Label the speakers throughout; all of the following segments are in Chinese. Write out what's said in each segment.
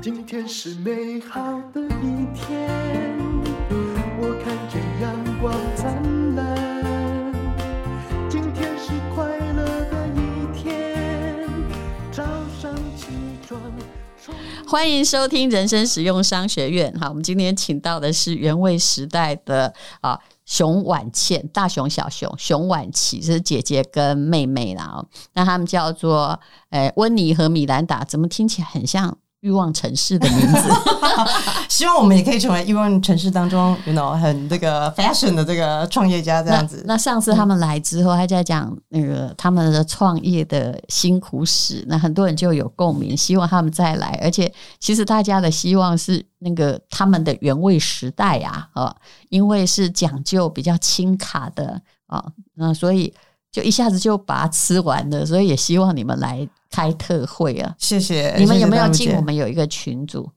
Speaker 1: 今天是美好的一天，我看见阳光灿烂。今天是快乐的一天，早上起床。充
Speaker 2: 欢迎收听人生实用商学院。好，我们今天请到的是原味时代的啊熊婉倩，大熊小熊熊婉琪，这是姐姐跟妹妹啦。哦，那他们叫做诶温妮和米兰达，怎么听起来很像欲望城市的名字？
Speaker 3: 希望我们也可以成为亿万城市当中，you know，很这个 fashion 的这个创业家这样子。
Speaker 2: 那。那上次他们来之后，还在讲那个他们的创业的辛苦史，那很多人就有共鸣，希望他们再来。而且，其实大家的希望是那个他们的原味时代啊，呃，因为是讲究比较轻卡的啊，呃那所以就一下子就把它吃完了，所以也希望你们来开特惠啊。
Speaker 3: 谢哎谢，
Speaker 2: 你们
Speaker 3: 谢谢
Speaker 2: 有没有
Speaker 3: 大陆
Speaker 2: 进
Speaker 3: 姐哦
Speaker 2: 我？们有一个群组？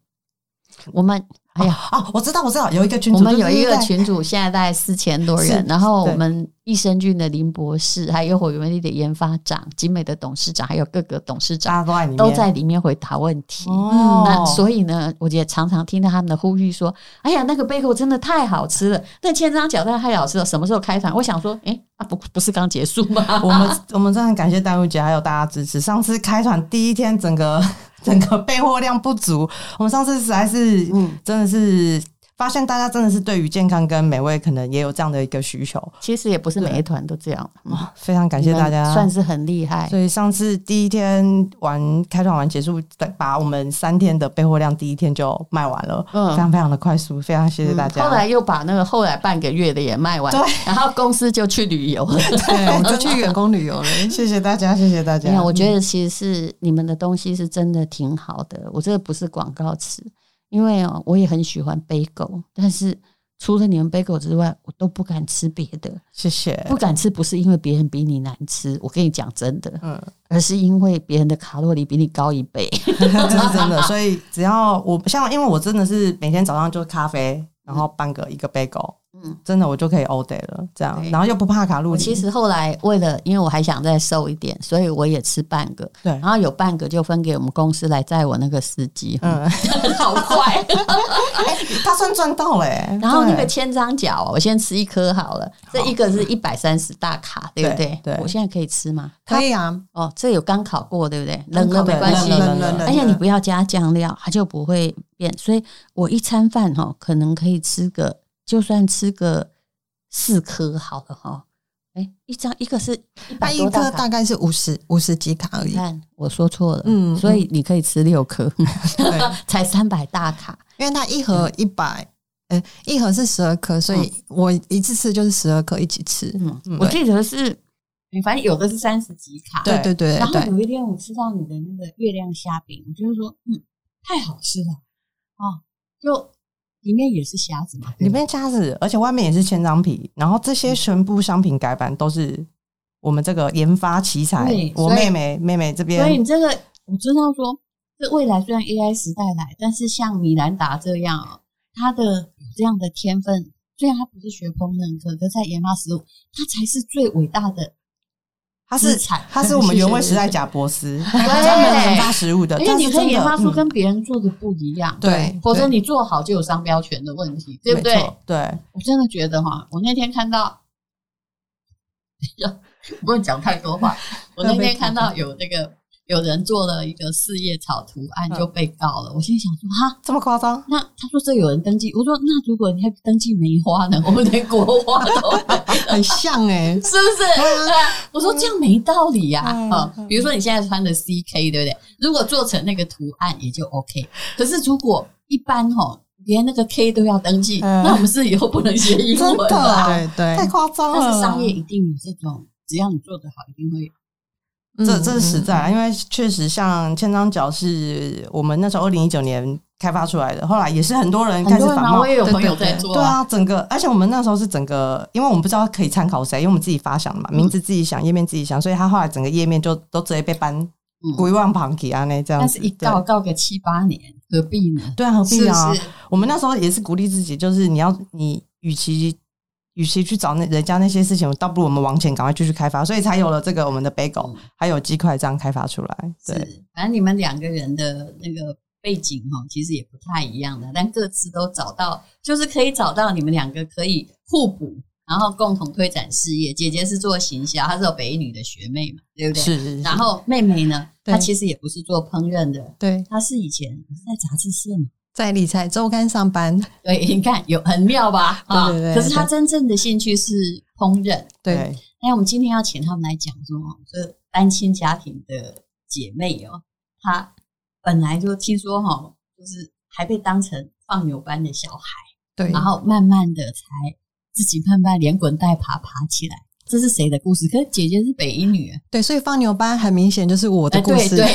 Speaker 2: 我们哎呀，
Speaker 3: 啊，我知道，我知道，有一个群组，
Speaker 2: 我们有
Speaker 3: 对
Speaker 2: 一个，
Speaker 3: 对对对
Speaker 2: 群组，现在大概四千多
Speaker 3: 是
Speaker 2: 人。然后我
Speaker 3: 对
Speaker 2: 们益生菌的林博士，还有火源地的研发长、集美的董事长，还有各个董事
Speaker 3: 大
Speaker 2: 长
Speaker 3: 家都在里面，
Speaker 2: 都在啊里面回答问题。
Speaker 3: 哦
Speaker 2: 那所以呢，我也常常听到他们的呼吁说：“哎呀，那个贝壳真的太好吃了，那千张饺蛋太好吃了，什么时候开团？”我想说，哎、啊不不是刚结束吗？
Speaker 3: 我们 我们真的很感谢丹如姐还有大家支持。上次开团第一天，整个 整个备货量不足，我们上次实在是，
Speaker 2: 嗯
Speaker 3: 真的是发现大家真的是对于健康跟美味可能也有这样的一个需求，
Speaker 2: 其实也不是每一团都这样，嗯
Speaker 3: 哇，非常感谢
Speaker 2: 哦你们
Speaker 3: 大家，
Speaker 2: 算是很厉害
Speaker 3: 所。以上次第一天玩开团完结束，对，把我们三天的备货量第一天就卖完了，
Speaker 2: 嗯
Speaker 3: 非常非常的快速，非常谢谢大家。
Speaker 2: 后来又把那个后来半个月的也卖完，
Speaker 3: 对
Speaker 2: 然后公司就去旅游了。
Speaker 3: 对，我们就去员工旅游了， 谢谢大家，谢谢大家。
Speaker 2: 没有，我觉得其实是你们的东西是真的挺好的。我这个不是广告词，因为哦，我也很喜欢 bagel，但是除了你们 bagel 之外，我都不敢吃别的。
Speaker 3: 谢谢
Speaker 2: 不，敢吃不是因为别人比你难吃，我跟你讲真的，
Speaker 3: 嗯，
Speaker 2: 而是因为别人的卡路里比你高一倍。
Speaker 3: 这是真的。所以只要我像，因为我真的是每天早上就咖啡，然后半个一个 bagel，
Speaker 2: 嗯，
Speaker 3: 真的我就可以 all day 了，这样，然后又不怕卡路
Speaker 2: 我
Speaker 3: 里。
Speaker 2: 其实后来为了，因为我还想再瘦一点，所以我也吃半个，
Speaker 3: 对
Speaker 2: 然后有半个就分给我们公司来载我那个司机，嗯，
Speaker 3: 嗯，哎
Speaker 2: 好快。
Speaker 3: 他算赚到了欸。
Speaker 2: 然后那个
Speaker 3: 对
Speaker 2: 千张饺哦，我先吃一颗好了，这一个是一百三十大卡，对不对
Speaker 3: 对？对
Speaker 2: 我现在可以吃吗？
Speaker 4: 可以啊，
Speaker 2: 哦，这有刚烤过，对不对？冷了
Speaker 3: 刚烤
Speaker 2: 没
Speaker 3: 的
Speaker 2: 关系，
Speaker 3: 冷了冷了冷了
Speaker 2: 而且你不要加酱料，它就不会变。所以我一餐饭哈、哦，可能可以吃个，就算吃个四颗好了哈、哦。哎，一张一个是一
Speaker 4: 它
Speaker 2: 百
Speaker 4: 一
Speaker 2: 多
Speaker 4: 颗
Speaker 2: 大
Speaker 4: 大
Speaker 2: 卡。
Speaker 4: 概是五十五十几卡而
Speaker 2: 你
Speaker 4: 已。
Speaker 2: 看，我说错了，嗯，
Speaker 4: 嗯嗯
Speaker 2: 所以你可以吃六颗，
Speaker 3: 对
Speaker 2: 才三百大卡，
Speaker 4: 因为它一盒
Speaker 3: 嗯
Speaker 4: 一百，呃，一盒是十二颗，所以我一次吃就是十二颗一起吃。
Speaker 2: 嗯，
Speaker 3: 嗯
Speaker 2: 我记得是，反正有的是三十几卡，
Speaker 4: 对对对
Speaker 2: 然后
Speaker 4: 对，
Speaker 2: 有一天我吃到你的那个月亮虾饼，我就是说，嗯，太好吃了啊、就里面也是虾子嘛，对
Speaker 3: 里
Speaker 2: 吧
Speaker 3: 面夹子，而且外面也是千张皮，然后这些全部商品改版都是我们这个研发奇才
Speaker 2: 对，
Speaker 3: 我
Speaker 2: 所以
Speaker 3: 妹妹妹妹这
Speaker 2: 所以
Speaker 3: 边
Speaker 2: 你这个我知道说，这未来虽然 AI 时代来，但是像米兰达这样哦，他的有这样的天分，虽然他不是学烹饪科，可是在研发食物，他才是最伟大的
Speaker 3: 她
Speaker 2: 资
Speaker 3: 是
Speaker 2: 产。
Speaker 3: 她是我们原味时代贾博士，
Speaker 2: 对
Speaker 3: 专门研发食物的，
Speaker 2: 因为
Speaker 3: 但
Speaker 2: 你
Speaker 3: 是
Speaker 2: 可以
Speaker 3: 真
Speaker 2: 研发
Speaker 3: 的
Speaker 2: 出跟
Speaker 3: 嗯
Speaker 2: 别人做的不一样，
Speaker 4: 对
Speaker 2: 否则
Speaker 4: 对
Speaker 2: 你做好就有商标权的问题，对不对
Speaker 3: 没？错对，
Speaker 2: 我真的觉得哈，我那天看到， 不用讲太多话。我那天看到有那个有人做了一个四叶草图案
Speaker 3: 嗯
Speaker 2: 就被告了，我心里想说哈，
Speaker 3: 这么夸张？
Speaker 2: 那他说这有人登记，我说那如果你还登记梅花呢，我们连国花都，
Speaker 4: 很像哎
Speaker 3: 欸
Speaker 2: 是不是？对啊我说这样没道理呀、
Speaker 3: 嗯
Speaker 2: 啊。
Speaker 3: 嗯
Speaker 2: 比如说你现在穿的 CK，对不对？如果做成那个图案也就 OK，可是如果一般哦，连那个 K 都要登记，
Speaker 3: 嗯
Speaker 2: 那我们是以后不能写英文
Speaker 3: 真的
Speaker 2: 了
Speaker 3: 啊。
Speaker 4: 对对
Speaker 3: 太，夸张
Speaker 2: 但
Speaker 3: 了
Speaker 2: 是！商业一定有这种，只要你做得好，一定会。
Speaker 4: 嗯
Speaker 3: 这这是实在，啊因为确实像千张饺是我们那时候二零一九年开发出来的，后来也是很多人开
Speaker 2: 很
Speaker 3: 始
Speaker 2: 多人
Speaker 3: 仿
Speaker 2: 啊，
Speaker 3: 冒
Speaker 2: 我，也有
Speaker 4: 对
Speaker 2: 朋友
Speaker 4: 对
Speaker 2: 在
Speaker 4: 对
Speaker 2: 做
Speaker 3: 对。啊，整个，而且我们那时候是整个，因为我们不知道可以参考谁，因为我们自己发想的嘛，
Speaker 2: 嗯
Speaker 3: 名字自己想，页面自己想，所以他后来整个页面就都直接被搬
Speaker 2: 嗯，
Speaker 3: 归万旁给安呢这样
Speaker 2: 但
Speaker 3: 子。
Speaker 2: 是一告告个七八年，何必呢？
Speaker 3: 对对啊，何
Speaker 2: 是
Speaker 3: 必
Speaker 2: 不
Speaker 3: 啊？
Speaker 2: 是？
Speaker 3: 我们那时候也是鼓励自己，就是你要你与其与其去找那人家那些事情，倒不如我们往前赶快继续开发，所以才有了这个我们的 bagel，、
Speaker 2: 嗯
Speaker 3: 还有鸡块这样开发出来。对，
Speaker 2: 是，反正你们两个人的那个背景哈，其实也不太一样的，但各自都找到，就是可以找到你们两个可以互补，然后共同推展事业。姐姐是做行销，她是有北一女的学妹嘛，对不对？
Speaker 3: 是是是
Speaker 2: 然后妹妹呢，
Speaker 4: 对
Speaker 2: 她其实也不是做烹饪的，
Speaker 4: 对，
Speaker 2: 她是以前是在杂志社嘛。
Speaker 4: 在理财周刊上班，
Speaker 2: 对，你看有很妙吧？啊，
Speaker 4: 对对对
Speaker 2: 可是她真正的兴趣是烹饪。
Speaker 4: 对，
Speaker 2: 那我们今天要请他们来讲说，哦这单亲家庭的姐妹哦，她本来就听说哈、哦，就是还被当成放牛班的小孩，
Speaker 4: 对，
Speaker 2: 然后慢慢的才自己慢慢连滚带爬爬起来。这是谁的故事？可是姐姐是北一女，
Speaker 4: 对，所以放牛班很明显就是我的
Speaker 2: 哎，
Speaker 4: 故
Speaker 2: 对
Speaker 4: 事，
Speaker 2: 对，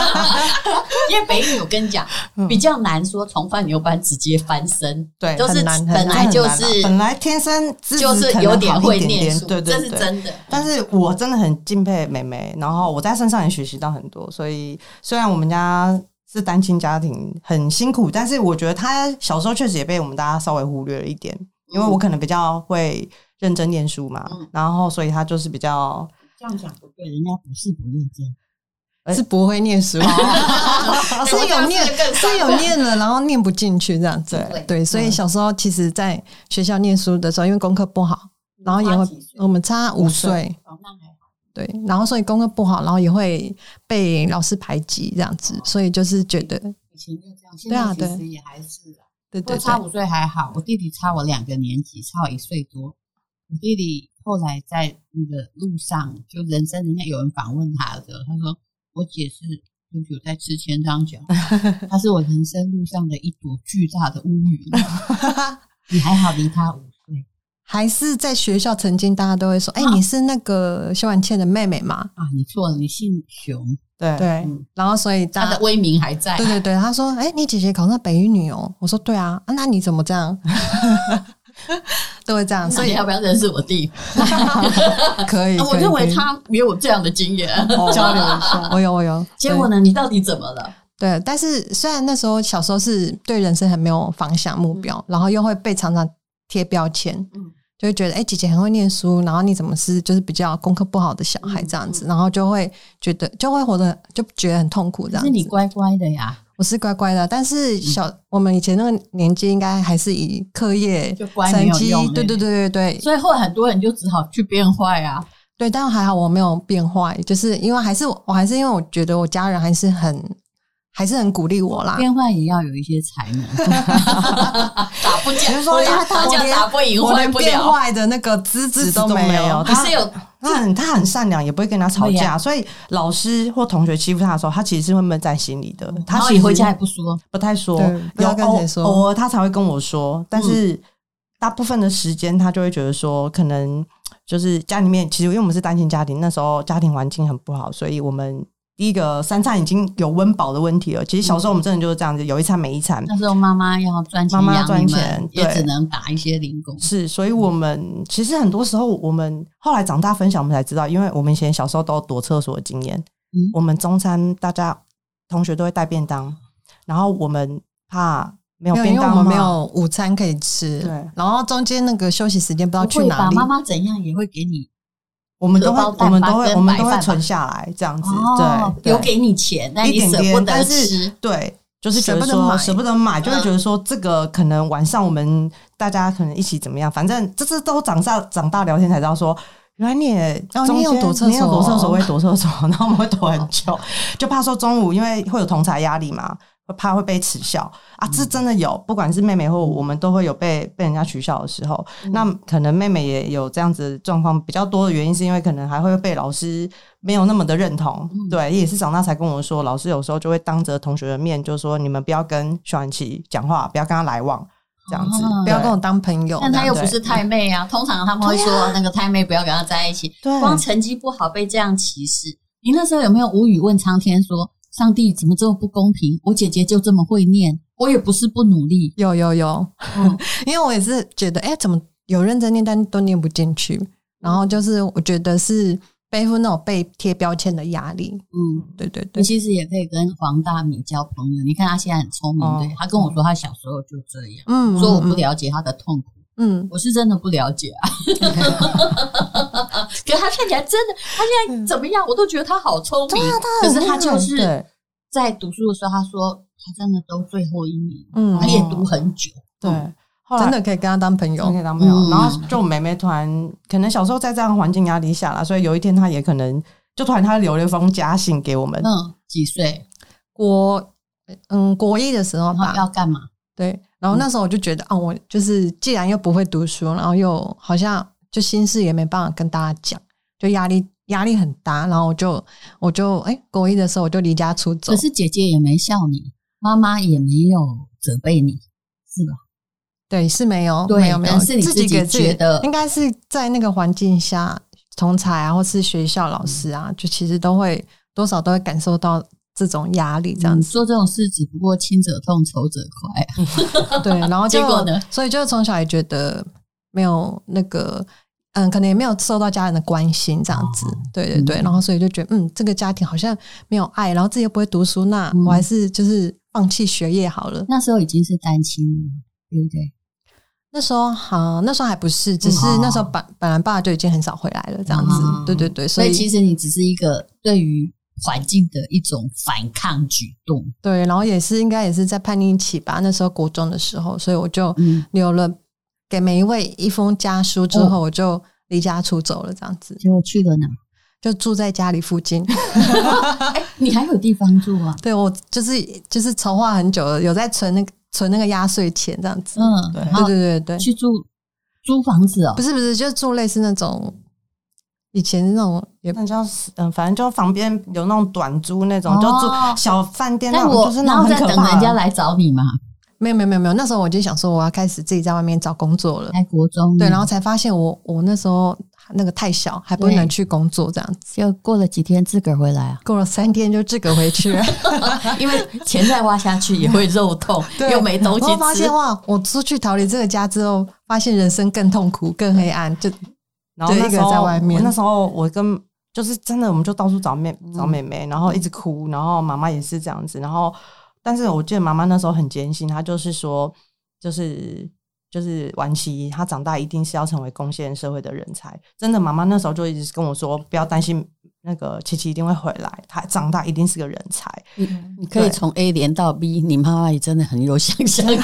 Speaker 2: 因为北一女，我跟你讲，
Speaker 4: 嗯
Speaker 2: 比较难说从放牛班直接翻身，
Speaker 3: 对
Speaker 2: 就是
Speaker 4: 很难很
Speaker 2: 本来
Speaker 4: 难
Speaker 2: 就
Speaker 4: 很难
Speaker 2: 是
Speaker 3: 啊本来天生资质
Speaker 2: 就是
Speaker 3: 可能
Speaker 2: 有
Speaker 3: 好
Speaker 2: 点
Speaker 3: 一
Speaker 2: 会
Speaker 3: 点
Speaker 2: 念
Speaker 3: 点
Speaker 2: 书，
Speaker 3: 对对
Speaker 2: 这是
Speaker 3: 对
Speaker 2: 真的。
Speaker 3: 但是我真的很敬佩妹妹，然后我在身上也学习到很多。所以虽然我们家是单亲家庭，很辛苦，但是我觉得她小时候确实也被我们大家稍微忽略了一点，因为我可能比较会认真念书嘛，
Speaker 2: 嗯
Speaker 3: 然后所以她就是比较
Speaker 2: 这样讲不对，人家不是不认真。
Speaker 4: 是不会 念书，是
Speaker 2: 哎我这
Speaker 4: 有
Speaker 2: 样
Speaker 4: 念
Speaker 2: 是更伤
Speaker 4: 是有念了，然后念不进去这样子
Speaker 2: 对，嗯
Speaker 4: 对，所以小时候其实在学校念书的时候，因为功课不好，然后也
Speaker 2: 差
Speaker 4: 会
Speaker 2: 几岁
Speaker 4: 我们差五岁，
Speaker 2: 哦，那还好。
Speaker 4: 对，然后所以功课不好，然后也会被老师排挤这样
Speaker 2: 哦
Speaker 4: 子，所以就是觉得，
Speaker 2: 以前就这样，现
Speaker 4: 对啊
Speaker 2: 在其实
Speaker 4: 对
Speaker 2: 也还是啊。
Speaker 4: 对
Speaker 2: 不过
Speaker 4: 对
Speaker 2: 差
Speaker 4: 对，
Speaker 2: 五岁还好，我弟弟差我两个年级，差我一岁多。我弟弟后来在那个路上，就人生人家有人访问他的时候，他说：“我姐是对不起，我在吃千张 饺，她是我人生路上的一朵巨大的乌 云。你还好离他五岁
Speaker 4: 还是在学校曾经大家都会说，哎，你是那个修婉倩的妹妹嘛？
Speaker 2: 啊，你错了，你姓熊，
Speaker 3: 对
Speaker 4: 对
Speaker 2: 嗯，
Speaker 4: 然后所以
Speaker 2: 他
Speaker 4: 大
Speaker 2: 的
Speaker 4: 家。
Speaker 2: 威名还在。”
Speaker 4: 对对对，他说：“哎、你姐姐考上北语女哦。”我说：“对啊，啊那你怎么这样？” 都会这样，
Speaker 2: 所
Speaker 4: 所
Speaker 2: 以
Speaker 4: 以
Speaker 2: 要不要认识我弟？
Speaker 4: 可以。
Speaker 2: 啊我
Speaker 4: 可以
Speaker 2: 认为
Speaker 4: 可以
Speaker 2: 他没有这样的经验。
Speaker 3: 交流 一下。
Speaker 4: 我有我有。
Speaker 2: 结果呢？你到底怎么了？
Speaker 4: 对？对，但是虽然那时候小时候是对人生很没有方向目标，然后又会被常常贴标签，
Speaker 2: 嗯
Speaker 4: 就会觉得哎、姐姐很会念书，然后你怎么是就是比较功课不好的小孩
Speaker 2: 嗯
Speaker 4: 这样子，然后就会觉得就会活得就觉得很痛苦这
Speaker 2: 可
Speaker 4: 样
Speaker 2: 是
Speaker 4: 子。
Speaker 2: 你嗯乖乖的呀，
Speaker 4: 我是乖乖的，但是小、我们以前那个年纪应该还是以课业
Speaker 2: 就乖没
Speaker 4: 成
Speaker 2: 有
Speaker 4: 绩
Speaker 2: 用，
Speaker 4: 对对对对对
Speaker 2: 所以后来很多人就只好去变坏啊。
Speaker 4: 对，但还好我没有变坏，就是因为还是我还是因为我觉得我家人还是很还是很鼓励我啦，
Speaker 2: 变坏也要有一些才能，打不
Speaker 3: 比
Speaker 2: 赢，
Speaker 3: 如说
Speaker 2: 我
Speaker 3: 他
Speaker 2: 打
Speaker 3: 他
Speaker 2: 打架打不赢，
Speaker 4: 我
Speaker 2: 坏
Speaker 4: 连
Speaker 2: 不
Speaker 4: 变
Speaker 2: 了。
Speaker 4: 坏哦的那个资质
Speaker 3: 都
Speaker 4: 都
Speaker 3: 没
Speaker 4: 没
Speaker 3: 有
Speaker 4: 有。
Speaker 2: 可是有
Speaker 3: 她很她很善良，也不会跟人家吵
Speaker 2: 对
Speaker 3: 架，
Speaker 2: 呀
Speaker 3: 所以老师或同学欺负她的时候，她其实是会闷在心里的。她
Speaker 2: 然后
Speaker 3: 其
Speaker 2: 你
Speaker 3: 实
Speaker 2: 回家也不说，
Speaker 3: 不太说
Speaker 4: 对，不知
Speaker 3: 有
Speaker 4: 道跟
Speaker 3: 偶
Speaker 4: 谁说嗯
Speaker 3: 偶尔他才会跟我说，但是大部分的时间他就会觉得说，可能就是家里面，其实因为我们是单亲家庭，那时候家庭环境很不好，所以我们第一个三餐已经有温饱的问题了。其实小时候我们真的就是这样子，有一餐没一餐。
Speaker 4: 嗯
Speaker 2: 那时候妈妈要赚钱
Speaker 3: 妈妈
Speaker 2: 养你
Speaker 3: 赚钱
Speaker 2: 们，也
Speaker 3: 对
Speaker 2: 只能打一些零工。
Speaker 3: 是，所以我们其实很多时候，我们后来长大分享，我们才知道，因为我们以前小时候都有躲厕所的经验。
Speaker 2: 嗯
Speaker 3: 我们中餐大家同学都会带便当，然后我们怕没有
Speaker 4: 没有，因
Speaker 3: 便
Speaker 4: 为我
Speaker 3: 当
Speaker 4: 们
Speaker 3: 嘛
Speaker 4: 没有午餐可以吃，
Speaker 3: 对
Speaker 4: 然后中间那个休息时间不知道
Speaker 2: 不
Speaker 4: 去
Speaker 2: 会
Speaker 4: 哪
Speaker 2: 吧？
Speaker 4: 里，
Speaker 2: 妈妈怎样也会给你
Speaker 3: 我们都
Speaker 2: 荷包
Speaker 3: 会，
Speaker 2: 蛋
Speaker 3: 我们
Speaker 2: 吧
Speaker 3: 都会，
Speaker 2: 跟
Speaker 3: 我们
Speaker 2: 白
Speaker 3: 都会
Speaker 2: 饭
Speaker 3: 存
Speaker 2: 吧
Speaker 3: 下来这样子，
Speaker 2: 哦，
Speaker 3: 对，
Speaker 2: 有
Speaker 3: 对
Speaker 2: 给你钱，但
Speaker 3: 一
Speaker 2: 你
Speaker 3: 点
Speaker 2: 舍不
Speaker 3: 点，
Speaker 2: 得
Speaker 3: 但是
Speaker 2: 吃。
Speaker 3: 对，就是觉
Speaker 4: 舍
Speaker 3: 得
Speaker 4: 不得
Speaker 3: 说
Speaker 4: 买
Speaker 3: 舍不得买，就会
Speaker 2: 嗯
Speaker 3: 觉得说这个可能晚上我们大家可能一起怎么样，反正这次都长大长大聊天才知道说。原来你也
Speaker 4: 哦
Speaker 3: 中
Speaker 4: 你有
Speaker 3: 间
Speaker 4: 躲厕
Speaker 3: 你有
Speaker 4: 所
Speaker 3: 躲厕
Speaker 4: 哦
Speaker 3: 所，我也躲厕所， 然后我们会躲很久，就怕说中午因为会有同才压力嘛，会怕会被耻笑啊。
Speaker 4: 嗯
Speaker 3: 这真的有，不管是妹妹或我，我们都会有被被人家取笑的时候。
Speaker 4: 嗯
Speaker 3: 那可能妹妹也有这样子的状况比较多的原因，是因为可能还会被老师没有那么的认同。
Speaker 4: 嗯
Speaker 3: 对，也是长大才跟我说，老师有时候就会当着同学的面就说：“你们不要跟徐婉琪讲话，不要跟她来往。”这样子
Speaker 2: 哦，
Speaker 4: 啊不要跟我
Speaker 3: 我
Speaker 4: 当朋友。
Speaker 2: 但她又
Speaker 4: 这
Speaker 2: 不
Speaker 4: 样
Speaker 2: 是太妹啊，通常他们会说那个太妹不要跟她在一起，
Speaker 3: 对
Speaker 2: 光成绩不好被这样歧视。你那时候有没有无语问苍天说：“上帝怎么这么不公平？我姐姐就这么会念，我也不是不努力。
Speaker 4: 有有有，
Speaker 2: 嗯
Speaker 4: 因为我也是觉得，哎、怎么有认真念，但都念不进去。然后就是我觉得是背负那种被贴标签的压力。”
Speaker 2: 嗯，
Speaker 4: 对对对
Speaker 2: 你，其实也可以跟黄大米交朋友。你看他现在很聪明，
Speaker 3: 哦
Speaker 2: 对他跟我说他小时候就这样，
Speaker 4: 嗯
Speaker 2: 说我不
Speaker 4: 嗯
Speaker 2: 了解他的痛苦，
Speaker 4: 嗯，
Speaker 2: 我是真的不了解啊。 可是他看起来真的，他现在怎么样，我都觉得他好聪明，可是他就是
Speaker 3: 对
Speaker 5: 在读书的时候，他说他真的都最后一名，
Speaker 4: 嗯
Speaker 5: 他也读很久。
Speaker 3: 对，后来
Speaker 4: 真的可以跟他当朋友
Speaker 3: 真可，以当朋友。
Speaker 5: 嗯
Speaker 3: 然后就我妹妹突然，可能小时候在这样的环境压力下啦，所以有一天她也可能就突然她留了一封家信给我们，
Speaker 5: 嗯，几岁？
Speaker 4: 国嗯国一的时候
Speaker 5: 然后
Speaker 2: 嗯
Speaker 4: 吧，
Speaker 5: 要干嘛？
Speaker 4: 对，然后那时候我就觉得，哦，我就是既然又不会读书，然后又好像就心事也没办法跟大家讲，就压力压力很大，然后我就我就哎、国一的时候我就离家出走
Speaker 2: 可，是姐姐也没笑你，妈妈也没有责备你，是吧？
Speaker 4: 对，是没有，
Speaker 2: 对
Speaker 4: 没有没有，
Speaker 2: 但是你自己
Speaker 4: 给自己
Speaker 2: 觉得
Speaker 4: 应该是在那个环境下，同才啊，或是学校老师啊，就其实都会多少都会感受到这种压力，这样
Speaker 2: 嗯
Speaker 4: 子。
Speaker 2: 做这种事，只不过亲者痛，仇者快啊。
Speaker 4: 对，然后就
Speaker 2: 结果呢？
Speaker 4: 所以就从小也觉得没有那个，嗯，可能也没有受到家人的关心，这样
Speaker 2: 哦
Speaker 4: 子。对对对，然后所以就觉得，嗯，这个家庭好像没有爱，然后自己又不会读书，那
Speaker 2: 嗯
Speaker 4: 我还是就是放弃学业好了。
Speaker 2: 那时候已经是单亲了，对不对？
Speaker 4: 那时候好、那时候还不是，只是那时候本本来爸爸就已经很少回来了，这样子。
Speaker 2: 哦嗯
Speaker 4: 对对对，
Speaker 2: 所
Speaker 4: 所以
Speaker 2: 以其实你只是一个对于环境的一种反抗举动。
Speaker 4: 对，然后也是应该也是在叛逆期吧，那时候国中的时候，所以我就
Speaker 2: 嗯
Speaker 4: 留了给每一位一封家书之
Speaker 2: 哦
Speaker 4: 后，我就离家出走了，这样子。
Speaker 2: 结果去了哪？
Speaker 4: 就住在家里附近。 哎
Speaker 2: 你还有地方住啊？
Speaker 4: 对我就是就是筹划很久了，有在存那个存那个压岁钱这样子。
Speaker 2: 嗯，
Speaker 3: 对
Speaker 2: 然
Speaker 4: 对
Speaker 2: 后
Speaker 4: 对对对，
Speaker 2: 去住租房子哦
Speaker 4: 不。是不是，就是住类似那种以前那种也
Speaker 3: 那叫嗯，反正就旁边有那种短租那种，
Speaker 2: 哦
Speaker 3: 就住小饭店那
Speaker 2: 但
Speaker 3: 种，
Speaker 2: 我
Speaker 3: 就是
Speaker 2: 然
Speaker 3: 那种
Speaker 2: 后
Speaker 3: 很
Speaker 2: 再
Speaker 3: 可
Speaker 2: 等
Speaker 3: 怕
Speaker 2: 人家
Speaker 3: 的。
Speaker 2: 来找你嘛，
Speaker 4: 没有没有没有没有，那时候我就想说我要开始自己在外面找工作了。
Speaker 2: 在国中
Speaker 4: 对，然后才发现我我那时候那个太小，还不
Speaker 2: 对
Speaker 4: 能去工作这样子。
Speaker 2: 就过了几天自个儿回 来啊，
Speaker 4: 过了三天就自个回 去了，
Speaker 2: 因为钱再花下去也会肉 痛，又没东
Speaker 4: 然后发
Speaker 2: 西吃
Speaker 4: 现。哇，我出去逃离这个家之后，发现人生更痛苦、更黑暗，就
Speaker 3: 然后那
Speaker 4: 对一个
Speaker 3: 时
Speaker 4: 人
Speaker 3: 候
Speaker 4: 在外面
Speaker 3: 我那时候我跟就是真的，我们就到处找妹
Speaker 2: 嗯
Speaker 3: 找妹妹，然后一直哭，然后妈妈也是这样子，然后但是我记得妈妈那时候很艰辛，她就是说，就是就是婉琪，她长大一定是要成为贡献社会的人才。真的，妈妈那时候就一直跟我说，不要担心，那个琪琪一定会回来，她长大一定是个人才。
Speaker 2: 你可以从 A 连到 B，你妈妈也真的很有想象 力。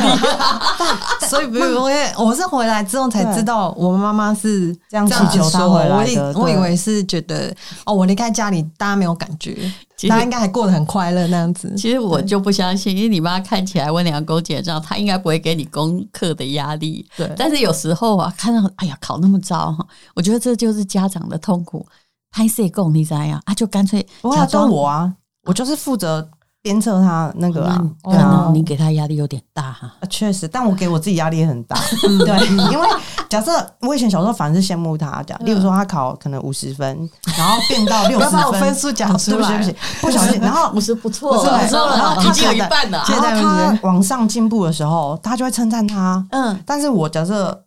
Speaker 4: 所以不是，我也我是回来之后才
Speaker 3: 对
Speaker 4: 知道，我妈妈是
Speaker 3: 这样
Speaker 4: 子
Speaker 3: 祈求她
Speaker 4: 说
Speaker 3: 回来
Speaker 4: 我以
Speaker 3: 的
Speaker 4: 我以
Speaker 3: 对
Speaker 4: 为是觉得哦，我离开家里，大家没有感觉，
Speaker 2: 其实
Speaker 4: 大家应该还过得很快乐那样子。
Speaker 2: 其实我就不相信，因为你妈看起来温良恭俭让，她应该不会给你功课的压力。
Speaker 4: 对
Speaker 2: 但是有时候啊，看到哎呀考那么糟哈，我觉得这就是家长的痛苦。拍摄供你知呀啊，就干脆
Speaker 3: 不会
Speaker 2: 假
Speaker 3: 啊，跟
Speaker 2: 装
Speaker 3: 我啊，我就是负责鞭策她那个啊，
Speaker 2: 嗯可
Speaker 3: 对啊
Speaker 2: 能你给他压力有点大哈。
Speaker 3: 啊确实，但我给我自己压力 也很大。
Speaker 2: 嗯
Speaker 3: 对，因为假设我以前小时候反而是羡慕
Speaker 2: 嗯
Speaker 3: 他，这样，例如说他考可能五十分，然后变到六
Speaker 4: 不
Speaker 3: 十
Speaker 4: 要 把我分
Speaker 3: 分，
Speaker 4: 数讲出
Speaker 3: 对不起对不
Speaker 4: 来
Speaker 3: 起，，不小心，然后
Speaker 2: 五十不错
Speaker 3: 不错
Speaker 2: 了，
Speaker 3: 不错了啊
Speaker 2: 然后
Speaker 3: 然后
Speaker 2: 已经有一
Speaker 3: 他
Speaker 2: 半了。
Speaker 4: 现在
Speaker 3: 然后他往上进步的时候，他就会称赞他。
Speaker 2: 嗯，
Speaker 3: 但是我假设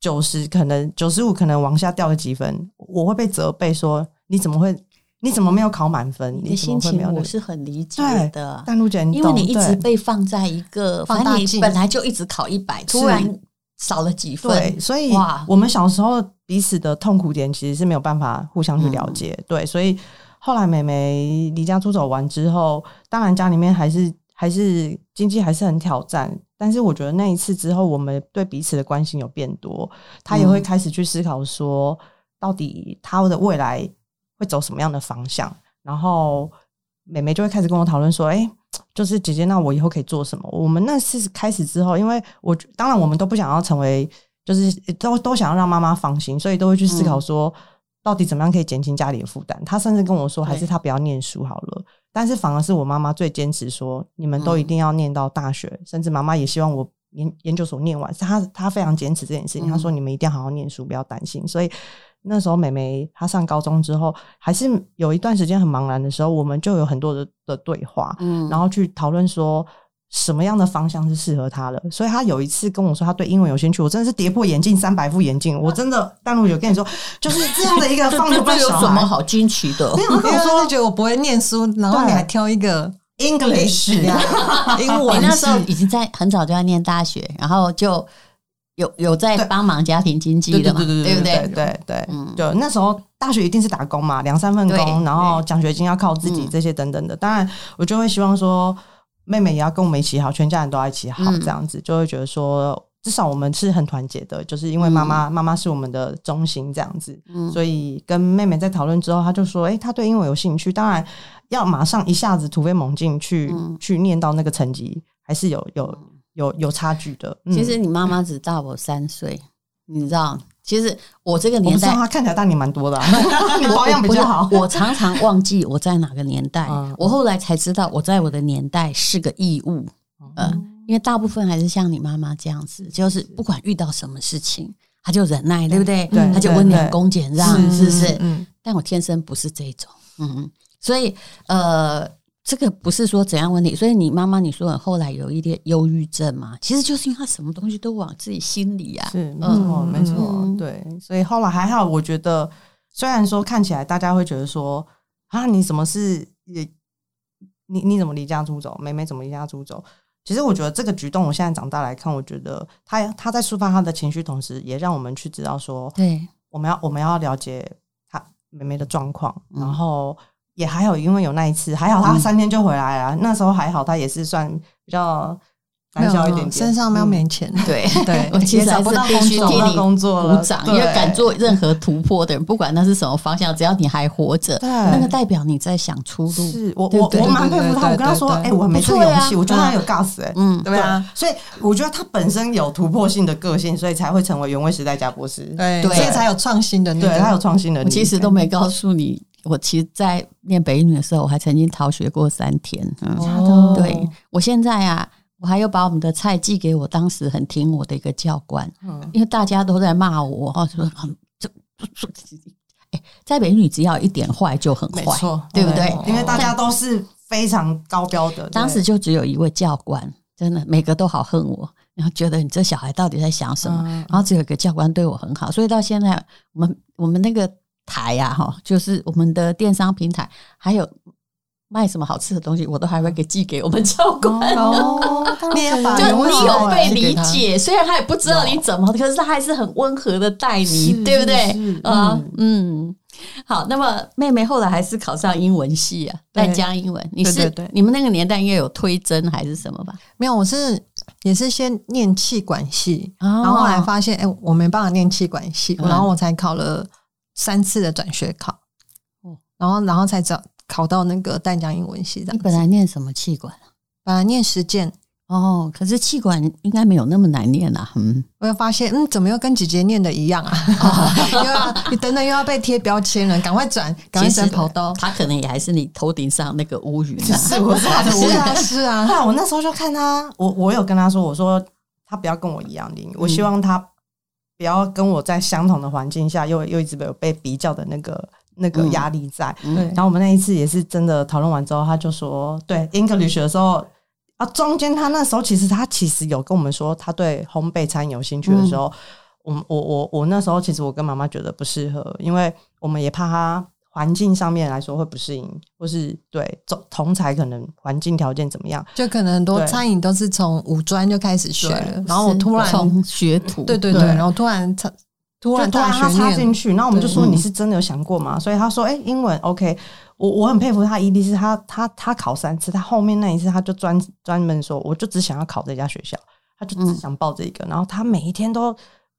Speaker 3: 九十，可能九十五，可能往下掉个几分，我会被责备说你怎么会，你怎么没有考满分？
Speaker 2: 你的
Speaker 3: 你怎
Speaker 2: 心
Speaker 3: 么会没
Speaker 2: 情
Speaker 3: 有那
Speaker 2: 我
Speaker 3: 个？
Speaker 2: 是很理解
Speaker 3: 对
Speaker 2: 的，
Speaker 3: 但陆姐，
Speaker 2: 因为
Speaker 3: 懂
Speaker 2: 你一直
Speaker 3: 对
Speaker 2: 被放在一个，
Speaker 4: 放
Speaker 2: 反
Speaker 4: 大
Speaker 2: 正你
Speaker 4: 镜
Speaker 2: 本来就一直考一百，突
Speaker 3: 是
Speaker 2: 然少了几分
Speaker 3: 对，，所以
Speaker 2: 哇
Speaker 3: 我们小时候彼此的痛苦点其实是没有办法互相去了解。
Speaker 2: 嗯
Speaker 3: 对，所以后来妹妹离家出走完之后，当然家里面还是还是经济还是很挑战。但是我觉得那一次之后，我们对彼此的关心有变多，她
Speaker 2: 嗯
Speaker 3: 也会开始去思考说，到底她的未来会走什么样的方向。然后妹妹就会开始跟我讨论说：“哎、就是姐姐，那我以后可以做什么？”我们那次开始之后，因为我当然我们都不想要成为，就是都都想要让妈妈放心，所以都会去思考说，到底怎么样可以减轻家里的负担。她甚至跟我说，还是她不要念书好了。但是反而是我妈妈最坚持说，你们都一定要念到大学，甚至妈妈也希望我研研究所念完。她她非常坚持这件事情，她说你们一定要好好念书，不要担心。所以那时候美美她上高中之后，还是有一段时间很茫然的时候，我们就有很多的的对话，
Speaker 2: 嗯
Speaker 3: 然后去讨论说。什么样的方向是适合她的？所以她有一次跟我说，她对英文有兴趣，我真的是跌破眼镜三百副眼镜，我真的，但我有跟你说，就是这样的一个 放牛班小孩，
Speaker 2: 好惊奇的
Speaker 3: 没有，她跟
Speaker 4: 因
Speaker 3: 我
Speaker 4: 为
Speaker 3: 说
Speaker 4: 他就觉得我不会念书，然后
Speaker 3: 对
Speaker 4: 你还挑一个
Speaker 3: English 呀、
Speaker 4: 英
Speaker 2: 你
Speaker 4: 文
Speaker 2: 那
Speaker 4: 系
Speaker 2: 时候已经在很早就要念大学，然后就有有在
Speaker 3: 对
Speaker 2: 帮忙家庭经济的嘛，不
Speaker 3: 对
Speaker 2: 对？
Speaker 3: 对对
Speaker 2: 嗯
Speaker 3: 就那时候大学一定是打工嘛，两三份工，
Speaker 2: 对
Speaker 3: 然后奖学金要靠自己
Speaker 2: 嗯
Speaker 3: 这些等等的。当然，我就会希望说，妹妹也要跟我们一起好，全家人都要一起好，
Speaker 2: 嗯
Speaker 3: 这样子就会觉得说。至少我们是很团结的，就是因为妈妈，妈妈是我们的中心这样子，
Speaker 2: 嗯
Speaker 3: 所以跟妹妹在讨论之后，她就说：“哎、她对英文有兴趣，当然要马上一下子突飞猛进去、
Speaker 2: 嗯
Speaker 3: 去念到那个成绩，还是有有有有差距的。嗯”
Speaker 2: 其实你妈妈只大我三岁，你知道？其实我这个
Speaker 3: 我
Speaker 2: 年
Speaker 3: 不知道
Speaker 2: 代，
Speaker 3: 她看起来大你蛮多 的、啊，你保养比较好
Speaker 2: 不。是我常常忘记我在哪个年代
Speaker 3: 嗯，
Speaker 2: 我后来才知道我在我的年代是个义务，
Speaker 3: 哦
Speaker 2: 呃，因为大部分还是像你妈妈这样子，就是不管遇到什么事情，她就忍耐，对不对？
Speaker 3: 对
Speaker 2: 她就
Speaker 3: 对
Speaker 2: 温
Speaker 3: 对
Speaker 2: 良恭俭让，
Speaker 3: 是
Speaker 2: 是不是？
Speaker 4: 嗯，
Speaker 2: 但我天生不是这一种，嗯，所以呃，这个不是说怎样问题，所以你妈妈你说后来有一点忧郁症嘛，其实就是因为她什么东西都往自己心里啊，
Speaker 3: 是，没错，
Speaker 4: 嗯
Speaker 3: 没错
Speaker 2: 嗯，
Speaker 3: 对，所以后来还好，我觉得虽然说看起来大家会觉得说啊，你怎么是也你你怎么离家出走，妹妹怎么离家出走？其实我觉得这个举动，我现在长大来看，我觉得她她在抒发她的情绪，同时也让我们去知道说，
Speaker 2: 对，
Speaker 3: 我们要我们要了解她妹妹的状况，
Speaker 2: 嗯
Speaker 3: 然后也还好，因为有那一次，还好
Speaker 4: 嗯
Speaker 3: 她三天就回来了，那时候还好，她也是算比较胆小一点点，
Speaker 4: 身上没有
Speaker 3: 嗯
Speaker 4: 没钱，
Speaker 2: 对
Speaker 4: 对
Speaker 2: 我其
Speaker 3: 也
Speaker 2: 实还
Speaker 3: 找
Speaker 2: 是
Speaker 3: 不到
Speaker 2: 必
Speaker 3: 工
Speaker 2: 须
Speaker 3: 作，
Speaker 2: 替
Speaker 3: 找不到
Speaker 2: 你
Speaker 3: 工作了
Speaker 2: 鼓掌，因
Speaker 3: 对
Speaker 2: 为敢做任何突破的人，不管那是什么方向，只要你还活着，
Speaker 3: 对
Speaker 2: 那个代表你在想出路。
Speaker 3: 是我
Speaker 2: 对
Speaker 3: 我
Speaker 2: 对
Speaker 3: 我蛮
Speaker 4: 对
Speaker 3: 佩
Speaker 4: 对
Speaker 3: 服他，
Speaker 4: 对
Speaker 3: 我跟他说，
Speaker 4: 对对
Speaker 3: 哎、我没这个
Speaker 2: 不错
Speaker 3: 勇
Speaker 2: 呀
Speaker 3: 气，我觉得他有 gas 哎、
Speaker 2: 啊嗯，
Speaker 3: 对啊，所以我觉得他本身有突破性的个性，所以才会成为原味时代家博士，
Speaker 4: 对，
Speaker 2: 对
Speaker 4: 所以才有创新的那
Speaker 3: 对他有
Speaker 4: 个，
Speaker 3: 创新能
Speaker 2: 我
Speaker 3: 力，
Speaker 2: 其实都没告诉你，我其实，在念北一女的时候，我还曾经逃学过三天。嗯，
Speaker 4: 哦
Speaker 2: 对我现在啊，我还有把我们的菜寄给我当时很挺我的一个教官，
Speaker 3: 嗯
Speaker 2: 因为大家都在骂我，哦，说啊这这这，哎，在北一女只要一点坏就很
Speaker 3: 没
Speaker 2: 坏
Speaker 3: 错，
Speaker 2: 对不对？
Speaker 3: 因为大家都是非常高标的，对
Speaker 2: 当时就只有一位教官，真的每个都好恨我，然后觉得你这小孩到底在想什么？
Speaker 3: 嗯
Speaker 2: 然后只有一个教官对我很好，所以到现在我们我们那个台呀、哈，就是我们的电商平台，还有卖什么好吃的东西，我都还会给寄给我们教官。
Speaker 3: 哦，
Speaker 4: 你也把
Speaker 2: 就
Speaker 4: 原味
Speaker 2: 你
Speaker 4: 时
Speaker 2: 有
Speaker 3: 啊
Speaker 4: 代
Speaker 2: 被理
Speaker 4: 给他，
Speaker 2: 解，虽然他也不知道你怎么，可是他还是很温和的待你，
Speaker 3: 是
Speaker 2: 对不对
Speaker 3: 是是？
Speaker 2: 啊，嗯，好。那么妹妹后来还是考上英文系啊，
Speaker 4: 对
Speaker 2: 淡江英文。你
Speaker 4: 对
Speaker 2: 是
Speaker 4: 对对
Speaker 2: 你们那个年代应该有推甄还是什么吧？
Speaker 4: 没有，我是也是先念气管系，
Speaker 2: 哦
Speaker 4: 然后后来发现，哎、我没办法念气管系，
Speaker 2: 嗯
Speaker 4: 然后我才考了三次的转学考，
Speaker 2: 哦
Speaker 4: 然后然后才找考到那个淡江英文系的
Speaker 2: 你，本来念什么气管？
Speaker 4: 本来念实践，
Speaker 2: 哦，可是气管应该没有那么难念啦、嗯，
Speaker 4: 我又发现，嗯，怎么又跟姐姐念的一样啊？
Speaker 3: 哦
Speaker 4: 又要你等等又要被贴标签了，赶快转，赶快转跑道。
Speaker 2: 他可能也还是你头顶上那个乌云 啊。
Speaker 3: 是我是他的
Speaker 4: 是啊，是啊，
Speaker 3: 那我那时候就看他，我我有跟他说，我说他不要跟我一样淋，我希望他不要跟我在相同的环境下又又一直有被比较的那个那个压力在。
Speaker 4: 对
Speaker 3: 然后我们那一次也是真的讨论完之后，他就说，对 English 的时候。啊，中间他那时候其实他其实有跟我们说，他对烘焙餐有兴趣的时候，我我我我那时候其实我跟妈妈觉得不适合，因为我们也怕他环境上面来说会不适应，或是对同同才可能环境条件怎么样，
Speaker 4: 就可能很多
Speaker 3: 对
Speaker 4: 餐饮都是从五专就开始学了
Speaker 3: 对，
Speaker 4: 然后我突然，
Speaker 2: 从学徒，
Speaker 4: 对对对，
Speaker 3: 对
Speaker 4: 然后突然插突然
Speaker 3: 就突然
Speaker 4: 大
Speaker 3: 他
Speaker 4: 学
Speaker 3: 插进
Speaker 4: 念，
Speaker 3: 去，然后我们就
Speaker 4: 对嗯
Speaker 3: 说你是真的有想过吗？所以他说，哎、英文 OK，我我很佩服他，一，E 定是他他他考三次，他后面那一次他就专专门说，我就只想要考这家学校，他就
Speaker 4: 嗯
Speaker 3: 只想报这一个，然后他每一天都。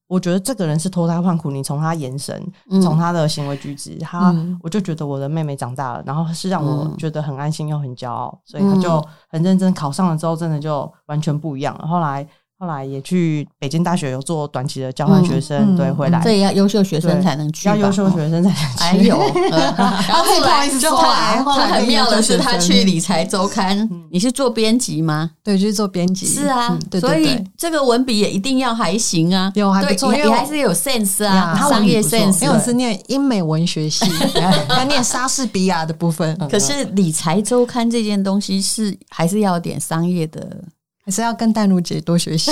Speaker 3: 我觉得这个人是脱胎换骨，你从他眼神，
Speaker 2: 嗯
Speaker 3: 从他的行为举止，他、
Speaker 4: 嗯
Speaker 3: 我就觉得我的妹妹长大了，然后是让我
Speaker 2: 嗯
Speaker 3: 觉得很安心又很骄傲，所以他就
Speaker 4: 嗯
Speaker 3: 很认真考上了之后，真的就完全不一样了。后来后来也去北京大学有做短期的交换学生，
Speaker 4: 嗯嗯
Speaker 3: 对，回来
Speaker 2: 这也要优秀学生
Speaker 3: 对
Speaker 2: 才能去吧，
Speaker 3: 要优秀学生才能去。
Speaker 2: 还有， 呃然后后来
Speaker 3: 就
Speaker 2: 后
Speaker 3: 后
Speaker 2: 来
Speaker 3: 来后
Speaker 2: 啊他
Speaker 3: 来
Speaker 2: 很
Speaker 3: 变
Speaker 2: 妙的
Speaker 3: 优秀
Speaker 2: 是，
Speaker 3: 学
Speaker 2: 他
Speaker 3: 生
Speaker 2: 去理财周刊，你是做编辑吗？
Speaker 4: 对，就是做编辑，
Speaker 2: 是啊
Speaker 4: 嗯，对
Speaker 2: 所
Speaker 4: 对
Speaker 2: 以
Speaker 4: 对。
Speaker 2: 这个文笔也一定要还行啊，
Speaker 4: 有还不
Speaker 2: 对
Speaker 4: 错
Speaker 2: 也
Speaker 4: 因为
Speaker 2: 也
Speaker 4: 我
Speaker 2: 还是有 sense 啊
Speaker 4: 呀，
Speaker 3: 他文
Speaker 2: 商
Speaker 3: 笔
Speaker 2: 业
Speaker 3: 不错
Speaker 2: sense 啊
Speaker 4: 因为我
Speaker 3: 对
Speaker 4: 是念英美文 学系，要念莎士比亚的部分，
Speaker 2: 可是理财周刊这件东西是还是要有点商业 的，
Speaker 4: 还是要跟淡如姐多学习。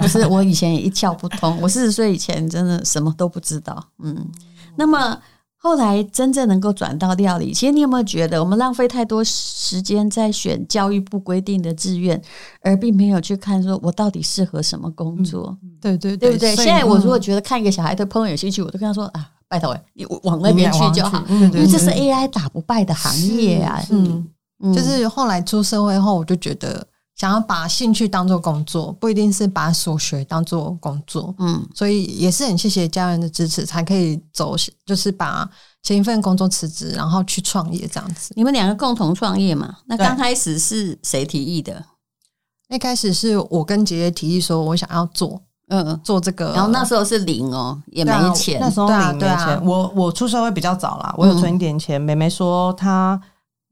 Speaker 2: 不是我以前也一窍不通，我四十岁以前真的什么都不知道，嗯，那么。后来真正能够转到料理，其实你有没有觉得我们浪费太多时间在选教育部规定的志愿，而并没有去看说我到底适合什么工作，
Speaker 4: 对对
Speaker 2: 对不对？
Speaker 4: 所以
Speaker 2: 现在我如果
Speaker 4: 嗯
Speaker 2: 觉得看一个小孩对烹饪有兴趣，我都跟他说啊，拜托欸你往那边去就好，
Speaker 3: 嗯，
Speaker 2: 因为这是 AI 打不败的行业啊，
Speaker 4: 嗯，
Speaker 2: 嗯
Speaker 4: 就是后来出社会后，我就觉得想要把兴趣当做工作，不一定是把所学当做工作，
Speaker 2: 嗯
Speaker 4: 所以也是很谢谢家人的支持，才可以走，就是把前一份工作辞职，然后去创业这样子。
Speaker 2: 你们两个共同创业嘛？那
Speaker 3: 对
Speaker 2: 刚开始是谁提议的？
Speaker 4: 一开始是我跟姐姐提议说，我想要做
Speaker 2: 嗯，
Speaker 4: 做这个，
Speaker 2: 然后那时候是零哦，也没
Speaker 3: 对啊
Speaker 2: 钱，
Speaker 3: 那时候
Speaker 4: 对啊
Speaker 3: 零没
Speaker 4: 对啊
Speaker 3: 钱。我我出社会比较早啦，我有
Speaker 2: 嗯
Speaker 3: 存一点钱。妹妹说她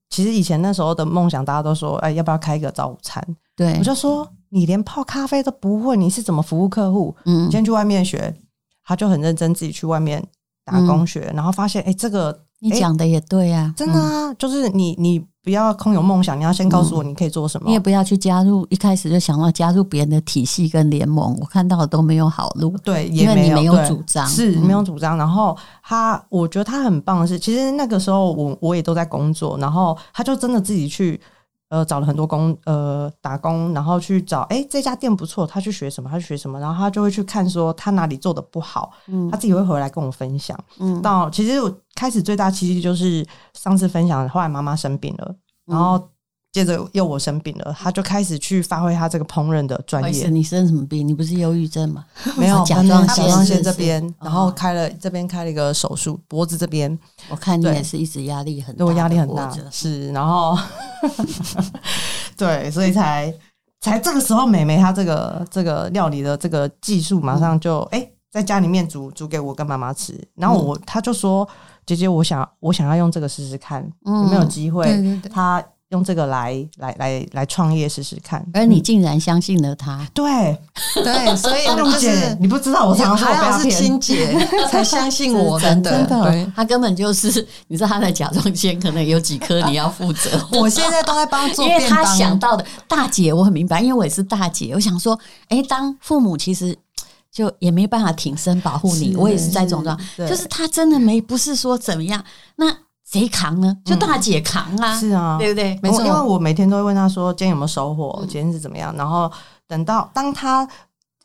Speaker 3: 其实以前那时候的梦想，大家都说，哎，要不要开一个早午餐？
Speaker 2: 对
Speaker 3: 我，就说你连泡咖啡都不会，你是怎么服务客户？
Speaker 2: 嗯
Speaker 3: 你先去外面学。她就很认真自己去外面打
Speaker 2: 嗯
Speaker 3: 工学，然后发现，哎，这个
Speaker 2: 你讲的也对啊，
Speaker 3: 真的
Speaker 2: 嗯
Speaker 3: 啊，就是你你不要空有梦想，你要先告诉我你可以做什么。
Speaker 2: 你也不要去加入，一开始就想要加入别人的体系跟联盟，我看到的都没有好路。
Speaker 3: 对，
Speaker 2: 因
Speaker 3: 也
Speaker 2: 为
Speaker 3: 没
Speaker 2: 你
Speaker 3: 有
Speaker 2: 没有
Speaker 3: 对
Speaker 2: 主张
Speaker 3: 是
Speaker 2: 嗯
Speaker 3: 没有主张。然后他，我觉得他很棒的是，其实那个时候我我也都在工作，然后他就真的自己去呃找了很多工呃打工，然后去找哎、诶这家店不错，他去学什么，他去学什么，然后他就会去看说他哪里做的不好，
Speaker 2: 嗯
Speaker 3: 他自己会回来跟我分享。
Speaker 2: 嗯
Speaker 3: 到其实我开始最大契机就是上次分享，后来妈妈生病了，然后
Speaker 2: 嗯
Speaker 3: 接着又我生病了，他就开始去发挥他这个烹饪的专
Speaker 2: 不好意
Speaker 3: 业
Speaker 2: 思，。你生什么病？你不是忧郁症吗？
Speaker 4: 哦
Speaker 3: 没有
Speaker 2: 甲状
Speaker 3: 甲
Speaker 2: 腺
Speaker 3: 状
Speaker 2: 是
Speaker 3: 腺
Speaker 2: 不
Speaker 3: 这
Speaker 2: 是
Speaker 3: 边，然后
Speaker 2: 哦
Speaker 3: 开了这边开了一个手术，脖子这边
Speaker 2: 我看你也
Speaker 3: 对
Speaker 2: 是一直压力很大，
Speaker 3: 对我压力很大，是，然后 对，所以才才这个时候，美眉她这个这个料理的这个技术，马上就哎、诶在家里面煮煮给我跟妈妈吃，然后我
Speaker 4: 嗯
Speaker 3: 她就说姐姐，我想我想要用这个试试看，有没有
Speaker 2: 嗯
Speaker 3: 机
Speaker 4: 对
Speaker 3: 会？
Speaker 4: 对对，
Speaker 3: 她用这个来来来来创业试试看，
Speaker 2: 而你竟然相信了他，
Speaker 3: 对，
Speaker 4: 对，所 以
Speaker 3: 露
Speaker 4: 呃就
Speaker 3: 姐
Speaker 4: 是，
Speaker 3: 你不知道我哦常常说我
Speaker 4: 还
Speaker 3: 被她
Speaker 4: 好是
Speaker 3: 骗。
Speaker 4: 亲姐 才相信我，
Speaker 2: 这是
Speaker 4: 真
Speaker 2: 真
Speaker 4: 的
Speaker 2: 的啊
Speaker 4: 对。
Speaker 2: 他根本就是， 你知道他的甲状腺可能有几颗你要负责。
Speaker 4: 我现 在都在帮做
Speaker 2: 因
Speaker 4: 便
Speaker 2: 为
Speaker 4: 当，
Speaker 2: 他想到的大姐，我很明白，因为我也是大姐。我想说，哎，当父母其实就也没办法挺身保护你，
Speaker 3: 是
Speaker 2: 我也是在这种状
Speaker 3: 对
Speaker 2: 况，就是他真的没不是说怎么样，那谁扛呢？就大姐扛啊，
Speaker 3: 是啊，
Speaker 2: 对不对？
Speaker 4: 没错
Speaker 3: 因为我每天都会问他说今天有没有收获，
Speaker 2: 嗯
Speaker 3: 今天是怎么样。然后等到当他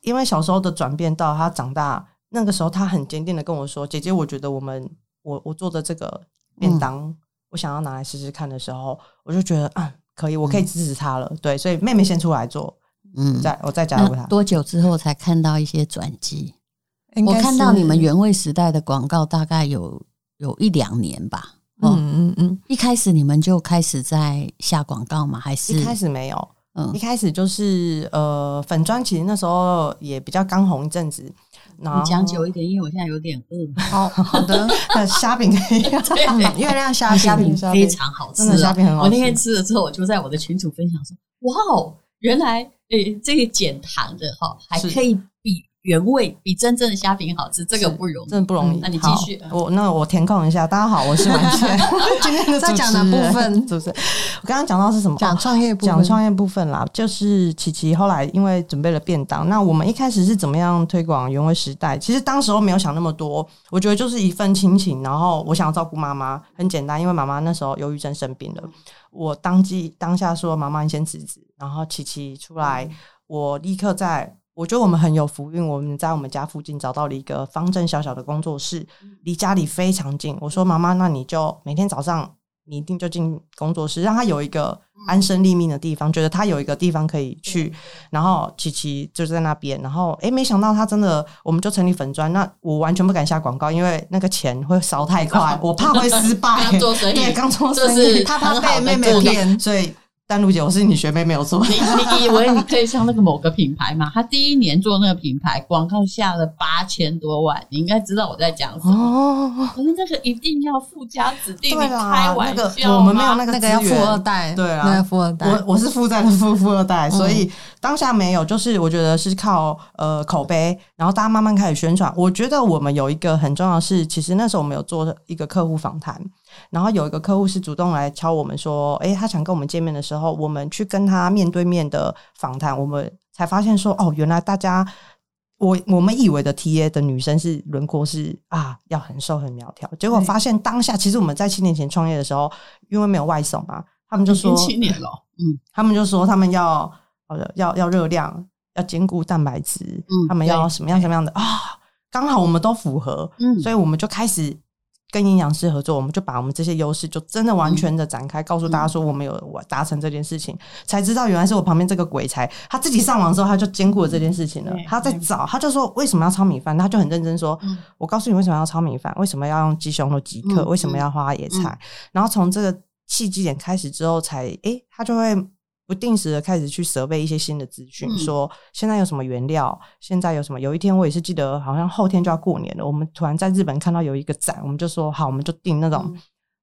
Speaker 3: 因为小时候的转变到他长大那个时候，他很坚定的跟我说：“姐姐，我觉得我们我我做的这个便当，我想要拿来试试看的时候，我就觉得啊，可以，我可以支持他了。对，所以妹妹先出来做，
Speaker 2: 嗯，
Speaker 3: 再我再加入
Speaker 2: 那
Speaker 3: 他。
Speaker 2: 多久之后才看到一些转机？
Speaker 4: 应
Speaker 2: 我
Speaker 4: 该
Speaker 2: 看到
Speaker 4: 是
Speaker 2: 你们原味时代的广告，大概有有一两年吧。哦，
Speaker 4: 嗯嗯嗯，
Speaker 2: 一开始你们就开始在下广告吗？还是
Speaker 3: 一开始没有，
Speaker 2: 嗯
Speaker 3: 一开始就是呃，粉砖其实那时候也比较刚红一阵子。然后
Speaker 5: 你讲久一点，因为我现在有点饿。
Speaker 4: 好好 的，
Speaker 3: 那虾饼可以，
Speaker 4: 嗯，月亮虾饼，
Speaker 3: 虾饼
Speaker 4: 饼
Speaker 3: 虾
Speaker 5: 嗯非
Speaker 3: 饼
Speaker 5: 常好吃、啊
Speaker 3: 真的虾饼很好
Speaker 5: 我
Speaker 3: 吃。
Speaker 5: 那天吃了之后，我就在我的群组分享说：“哇哦，原来诶、这个减糖的哈，还
Speaker 3: 是
Speaker 5: 可以比原味、比真正的虾饼好吃，这个不容易。
Speaker 3: 真的不容易。
Speaker 5: 嗯那你继
Speaker 3: 好
Speaker 5: 续
Speaker 3: 我那我填空一下。大家好，我是婉 倩，今天的主持人
Speaker 4: 在讲哪部分
Speaker 3: 主持人，我刚刚讲到是什么？
Speaker 4: 讲
Speaker 3: 哦
Speaker 4: 创业部分
Speaker 3: 讲创业部分啦，就是琪琪后来因为准备了便当，那我们一开始是怎么样推广原味时代？其实当时候没有想那么多，我觉得就是一份亲情，然后我想要照顾妈妈，很简单，因为妈妈那时候忧郁症生病了，我当即当下说妈妈你先辞职，然后琪琪出来，
Speaker 4: 嗯
Speaker 3: 我立刻在。我觉得我们很有福运，我们在我们家附近找到了一个方正小小的工作室，离家里非常近。我说妈妈，那你就每天早上你一定就进工作室，让他有一个
Speaker 5: 嗯
Speaker 3: 安身立命的地方，觉得他有一个地方可以去。然后琪琪就在那边，然后诶，没想到他真的，我们就成立粉砖。那我完全不敢下广告，因为那个钱会烧太 快，我怕会失败。
Speaker 5: 刚做生意
Speaker 3: 对，刚做生
Speaker 5: 这
Speaker 3: 意，
Speaker 5: 是
Speaker 3: 他怕
Speaker 5: 很好
Speaker 3: 被
Speaker 5: 的
Speaker 3: 妹妹
Speaker 5: 做法
Speaker 3: 骗，所以。丹如姐，我是你学妹，没有错。
Speaker 5: 你你以为你可以像那个某个品牌嘛？他第一年做那个品牌广告下了八千多万，你应该知道我在讲什么。
Speaker 3: 哦，
Speaker 5: 可是那个一定要附加指定，
Speaker 3: 对
Speaker 5: 你开
Speaker 3: 啦，
Speaker 5: 玩
Speaker 3: 那
Speaker 5: 笑
Speaker 3: 个我们没有
Speaker 5: 吗
Speaker 3: 那个
Speaker 4: 那个
Speaker 3: 资
Speaker 4: 要富
Speaker 3: 源
Speaker 4: 二代，
Speaker 3: 对啊
Speaker 4: 那个富二代，
Speaker 3: 我我是负债的富富二代，所以当下没有，就是我觉得是靠呃口碑，然后大家慢慢开始宣传。我觉得我们有一个很重要的是，其实那时候我们有做一个客户访谈，然后有一个客户是主动来敲我们说，诶，他想跟我们见面的时候，我们去跟他面对面的访谈，我们才发现说，哦，原来大家。我我们以为的 T A 的女生是轮廓是啊，要很瘦很苗条，结果发现当下其实我们在七年前创业的时候，因为没有外送嘛，他们就说
Speaker 2: 零七年了，嗯
Speaker 3: 他们就说他们要好的要要热量，要兼顾蛋白质，
Speaker 2: 嗯
Speaker 3: 他们要
Speaker 2: 对
Speaker 3: 什么样什么样的啊？刚好我们都符合，
Speaker 2: 嗯，
Speaker 3: 所以我们就开始跟营养师合作，我们就把我们这些优势就真的
Speaker 2: 嗯
Speaker 3: 完全的展开，告诉大家说我们有我达成这件事情，才知道原来是我旁边这个鬼才，他自己上网之后他就兼顾了这件事情了
Speaker 2: 对，
Speaker 3: 他在找，他就说为什么要糙米饭，他就很认真说，
Speaker 2: 嗯
Speaker 3: 我告诉你为什么要糙米饭，为什么要用鸡胸肉即刻，
Speaker 2: 嗯
Speaker 3: 为什么要花椰菜，然后从这个契机点开始之后才，诶，他就会不定时的开始去设备一些新的资讯，
Speaker 2: 嗯
Speaker 3: 说现在有什么原料，现在有什么。有一天我也是记得，好像后天就要过年了，我们突然在日本看到有一个展，我们就说好，我们就订那种、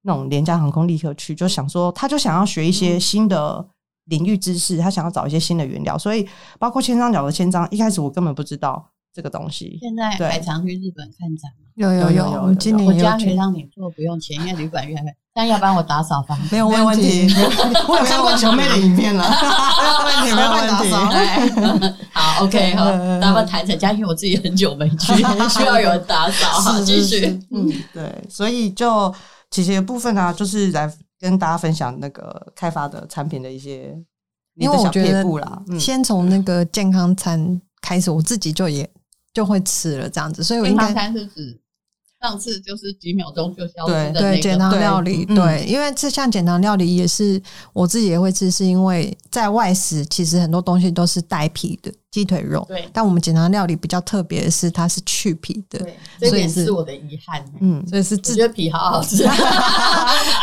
Speaker 3: 那种廉价航空立刻去，就想说他就想要学一些新的。领域知识，他想要找一些新的原料，所以包括千张角的千张，一开始我根本不知道这个东西。
Speaker 2: 现在
Speaker 3: 对
Speaker 2: 还常去日本看展吗？
Speaker 4: 有
Speaker 3: 有
Speaker 4: 有
Speaker 3: 有
Speaker 4: 有，
Speaker 3: 有
Speaker 4: 我们今年
Speaker 2: 我
Speaker 4: 也
Speaker 2: 家
Speaker 4: 有
Speaker 2: 可以
Speaker 4: 去，
Speaker 2: 让你做，不用钱，因为旅馆越来越……但要帮我打扫房
Speaker 3: 没有
Speaker 4: 没有问题
Speaker 3: 没有 问题我有看过九妹的影片啊了， 没有问题，没有问题。
Speaker 2: 题。 好，OK，好，咱们谈成家，因为我自己很久没去，需要有人打扫。好，
Speaker 3: 是
Speaker 2: 继
Speaker 3: 是
Speaker 2: 续
Speaker 3: 是。嗯，对，所以就其实部分呢、啊就是来跟大家分享那个开发的产品的一些你
Speaker 4: 因
Speaker 3: 的
Speaker 4: 为我
Speaker 3: 小
Speaker 4: 觉
Speaker 3: 撇
Speaker 4: 得
Speaker 3: 步啦。嗯，
Speaker 4: 先从那个健康餐开始，我自己就也就会吃了这样子，所以我
Speaker 2: 健
Speaker 4: 应
Speaker 2: 康
Speaker 4: 该
Speaker 2: 餐是指上次就是几秒钟就消失
Speaker 3: 对
Speaker 2: 的那
Speaker 4: 对
Speaker 2: 个
Speaker 4: 减
Speaker 2: 吗
Speaker 4: 糖
Speaker 3: 对
Speaker 4: 料理，
Speaker 3: 嗯
Speaker 4: 对，因为这项减糖料理也是我自己也会吃，是因为在外食其实很多东西都是带皮的鸡腿肉，
Speaker 2: 对
Speaker 4: 但我们减糖料理比较特别的是它是去皮的，
Speaker 2: 对，这点
Speaker 4: 所
Speaker 2: 是
Speaker 4: 以是
Speaker 2: 我的遗憾。
Speaker 3: 嗯，
Speaker 4: 所以是
Speaker 2: 我
Speaker 4: 自
Speaker 2: 觉得皮好好吃，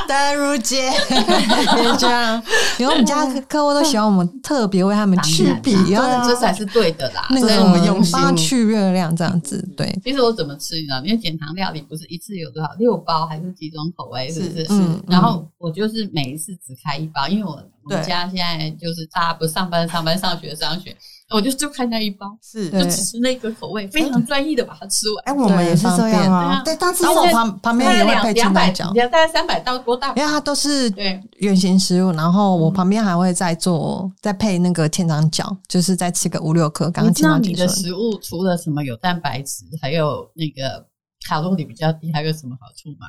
Speaker 4: 得如姐，别这样，因为我们家客客户都喜欢我们特别为他们去皮，
Speaker 2: 当
Speaker 4: 然
Speaker 2: 然啦
Speaker 4: 后
Speaker 2: 这才是啊对的啦。
Speaker 4: 那
Speaker 3: 这
Speaker 4: 个
Speaker 3: 是我们用心
Speaker 4: 帮他去热量这样子，对，
Speaker 2: 其实我怎么吃，你知道吗，因为减糖料理不是一次有多少六包还是几种口味，是不是？
Speaker 3: 是
Speaker 4: 嗯，
Speaker 2: 然后我就是每一次只开一包，因为我我们
Speaker 3: 对
Speaker 2: 家现在就是大家不是上班上班上学上学，我就就开那一包，
Speaker 3: 是。
Speaker 2: 就
Speaker 4: 对
Speaker 2: 只吃那个口味，非常专一的把它吃完。
Speaker 3: 哎、我们也是这样啊。
Speaker 4: 对，但是
Speaker 2: 然后
Speaker 4: 我
Speaker 2: 在
Speaker 4: 旁旁边
Speaker 2: 大概
Speaker 4: 也会
Speaker 2: 两
Speaker 4: 配
Speaker 2: 两
Speaker 4: 青
Speaker 2: 百
Speaker 4: 椒，
Speaker 2: 两大概三百到多大？
Speaker 4: 因为它都是
Speaker 2: 对，
Speaker 4: 圆形食物，然后我旁边还会再做再配那个千张饺，就是再吃个五六颗。刚
Speaker 2: 你
Speaker 4: 刚
Speaker 2: 知
Speaker 4: 千
Speaker 2: 道
Speaker 4: 张
Speaker 2: 嗯你
Speaker 4: 姐
Speaker 2: 的
Speaker 4: 说的，
Speaker 2: 食物除了什么有蛋白质，还有那个卡路里比较低，还有什么好处吗？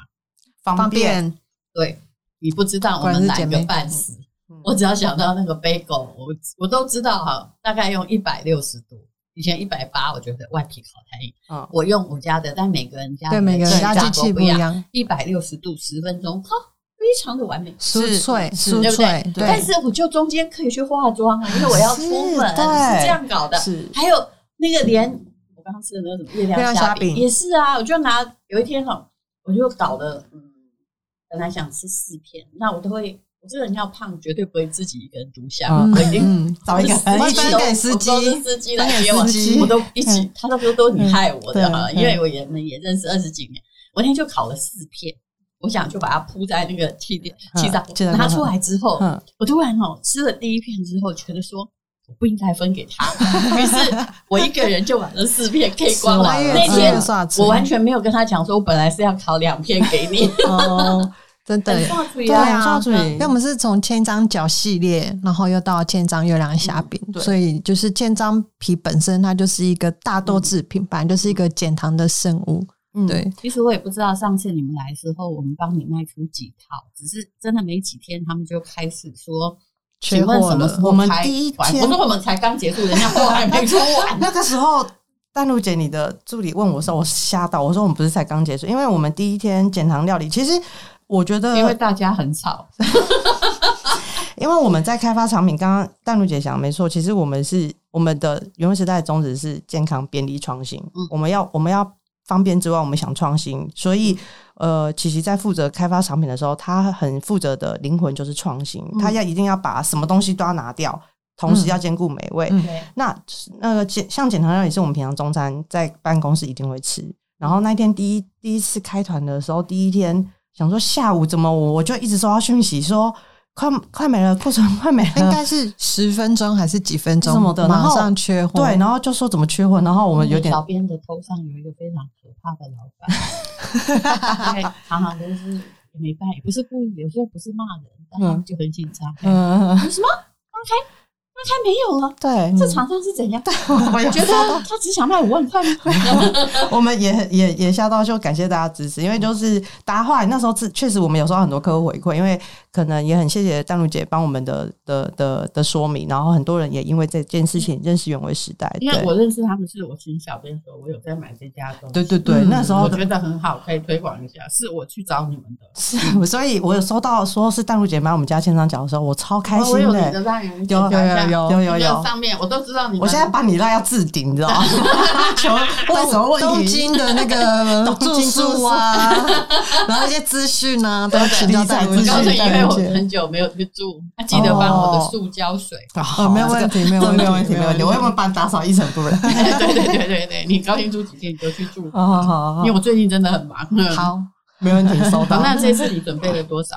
Speaker 3: 方
Speaker 4: 方便
Speaker 2: 对，你不知道我
Speaker 4: 果然
Speaker 2: 们
Speaker 4: 是
Speaker 2: 哪一
Speaker 4: 姐
Speaker 2: 个
Speaker 4: 妹
Speaker 2: 半死
Speaker 3: 嗯。
Speaker 2: 我只要想到那个 bagel，我我都知道哈，大概用一百六十度，以前一百八，我觉得外皮烤太硬。
Speaker 3: 嗯
Speaker 2: 我用我家的，但每个人家
Speaker 4: 哦对每个人家
Speaker 2: 家
Speaker 4: 机器不一，样，
Speaker 2: 一百六十度十分钟，哈，非常的完美。
Speaker 4: 酥脆
Speaker 3: 是
Speaker 4: 酥
Speaker 2: 对不
Speaker 4: 脆，
Speaker 2: 对？但是我就中间可以去化妆啊，因为我要出门，
Speaker 3: 是
Speaker 2: 是
Speaker 3: 对
Speaker 2: 这样搞的。
Speaker 3: 是
Speaker 2: 还有那个连我刚刚吃的那个什么月
Speaker 3: 月
Speaker 2: 亮
Speaker 3: 亮虾
Speaker 2: 虾饼
Speaker 3: 饼
Speaker 2: 也是啊，我就拿有一天哈，我就搞了，嗯，本来想吃四片，那我都会，我这个人要胖，绝对不会自己一个人独享，
Speaker 3: 嗯
Speaker 2: 我一定。
Speaker 4: 嗯，
Speaker 3: 找一个
Speaker 2: 我
Speaker 3: 人一起
Speaker 2: 都
Speaker 4: 分给司机
Speaker 2: 我都是司机来接我
Speaker 4: 分给司机
Speaker 2: 我都一起，他都说都你害我的啊，
Speaker 3: 嗯对
Speaker 2: 因为我也们也认识二十几年，我那天就烤了四片，我想就把它铺在那个气垫
Speaker 3: 嗯
Speaker 2: 气
Speaker 3: 气
Speaker 2: 上，
Speaker 3: 炸锅
Speaker 2: 拿出来之后，
Speaker 3: 嗯
Speaker 2: 我突然哦吃了第一片之后，觉得说我不应该分给他， 于是我一个人就把那四片 K 光了。
Speaker 4: 越
Speaker 2: 那
Speaker 4: 吃
Speaker 2: 天
Speaker 4: 越刷嘴
Speaker 2: 我完全没有跟他讲说，我本来是要烤两片给你，
Speaker 4: 哦，真的
Speaker 2: 很
Speaker 4: 耶。
Speaker 2: 下嘴
Speaker 3: 对
Speaker 2: 啊，
Speaker 3: 啊，上嘴
Speaker 4: 因为我们是从千张饺系列，然后又到千张月亮虾饼，
Speaker 3: 对
Speaker 4: 所以就是千张皮本身它就是一个大豆制品，本来就是一个减糖的圣物，
Speaker 3: 嗯
Speaker 4: 对，
Speaker 2: 其实我也不知道上次你们来的时候，我们帮你卖出几套，只是真的没几天，他们就开始说，
Speaker 4: 缺
Speaker 2: 请
Speaker 4: 货
Speaker 2: 问什么
Speaker 4: 了
Speaker 2: 时。候
Speaker 3: 我们
Speaker 2: 开
Speaker 3: 第一
Speaker 2: 团
Speaker 3: 天
Speaker 2: 我说我们才刚结束，人家货还没出完。
Speaker 3: 那个时候，丹如姐，你的助理问我的时候，我吓到，我说我们不是才刚结束，因为我们第一天减糖料理，其实我觉得，
Speaker 2: 因为大家很吵，
Speaker 3: 因为我们在开发产品，刚刚淡如姐讲没错，其实我们是我们的原味时代的宗旨是健康、便利、创新。
Speaker 2: 嗯
Speaker 3: 我们要我们要方便之外，我们想创新，所以呃，琪琪在负责开发产品的时候，她很负责的灵魂就是创新，她要一定要把什么东西都要拿掉，同时要兼顾美味。
Speaker 4: 嗯
Speaker 2: 对，
Speaker 3: 那那个简像减糖料理是我们平常中餐在办公室一定会吃。然后那一天第一第一次开团的时候，第一天想说下午怎么我我就一直收到讯息说快快没了，库存快没
Speaker 4: 应
Speaker 3: 了。
Speaker 4: 该是十分钟还是几分钟
Speaker 3: 什么的然
Speaker 4: 马
Speaker 3: 后
Speaker 4: 上缺货。
Speaker 3: 对，然后就说怎么缺货，然后我们有点
Speaker 2: 小编的头上有一个非常可怕的老 板，因为常常都是也没
Speaker 5: 嗯
Speaker 2: 办法，也不是故意，有时候不是骂人，但他们就很紧张。
Speaker 3: 嗯，
Speaker 2: 什么？刚开
Speaker 5: 那才没有啊！
Speaker 4: 对，
Speaker 5: 这厂商是怎样？
Speaker 3: 我有
Speaker 5: 觉得他只想卖五万块 吗？
Speaker 3: 我们也也也吓到，就感谢大家支持，因为就是大家后来那时候是确实我们有收到很多客户回馈，因为可能也很谢谢丹如姐帮我们的的的的说明，然后很多人也因为这件事情认识原味时代，
Speaker 5: 因为
Speaker 3: 对
Speaker 5: 我认识他们，是我请小编说，我有在买这家东西。
Speaker 3: 对对对，
Speaker 4: 嗯
Speaker 3: 那时候
Speaker 5: 我
Speaker 3: 的
Speaker 5: 觉得很好，可以推广一下。是我去找你们的，
Speaker 3: 是， 所以我有收到说是丹如姐买我们家千张角的时候，我超开
Speaker 5: 哦我
Speaker 3: 心
Speaker 5: 有
Speaker 3: 的、
Speaker 5: 你的让人
Speaker 3: 有
Speaker 4: 有有有
Speaker 3: 有有
Speaker 5: 有
Speaker 3: 有。
Speaker 5: 上面我都知道你们。
Speaker 3: 我现在把你那要置顶，你知 道吗？求问什么问
Speaker 4: 东
Speaker 3: 题？
Speaker 4: 京的那个
Speaker 3: 东
Speaker 4: 住
Speaker 3: 京住
Speaker 4: 宿啊， 然后一些资讯啊，都请
Speaker 3: 理
Speaker 4: 教
Speaker 3: 财
Speaker 4: 在
Speaker 3: 资
Speaker 5: 很
Speaker 3: 讯
Speaker 5: 高兴，因为我
Speaker 4: 姐。
Speaker 5: 很久没有去住，他记得帮我的塑胶 水。
Speaker 3: 哦
Speaker 4: 哦，没有问题，没有问
Speaker 3: 没
Speaker 4: 题，
Speaker 3: 有问题，没有问题。我有没有帮打扫一尘不 染？
Speaker 5: 对对对对对，你高兴住几天你就去住，
Speaker 3: 好好好好
Speaker 5: 因为，我最近真的很忙。嗯
Speaker 4: 好，
Speaker 3: 没问题，收
Speaker 5: 好，
Speaker 3: 到。
Speaker 5: 那这次你准备了多少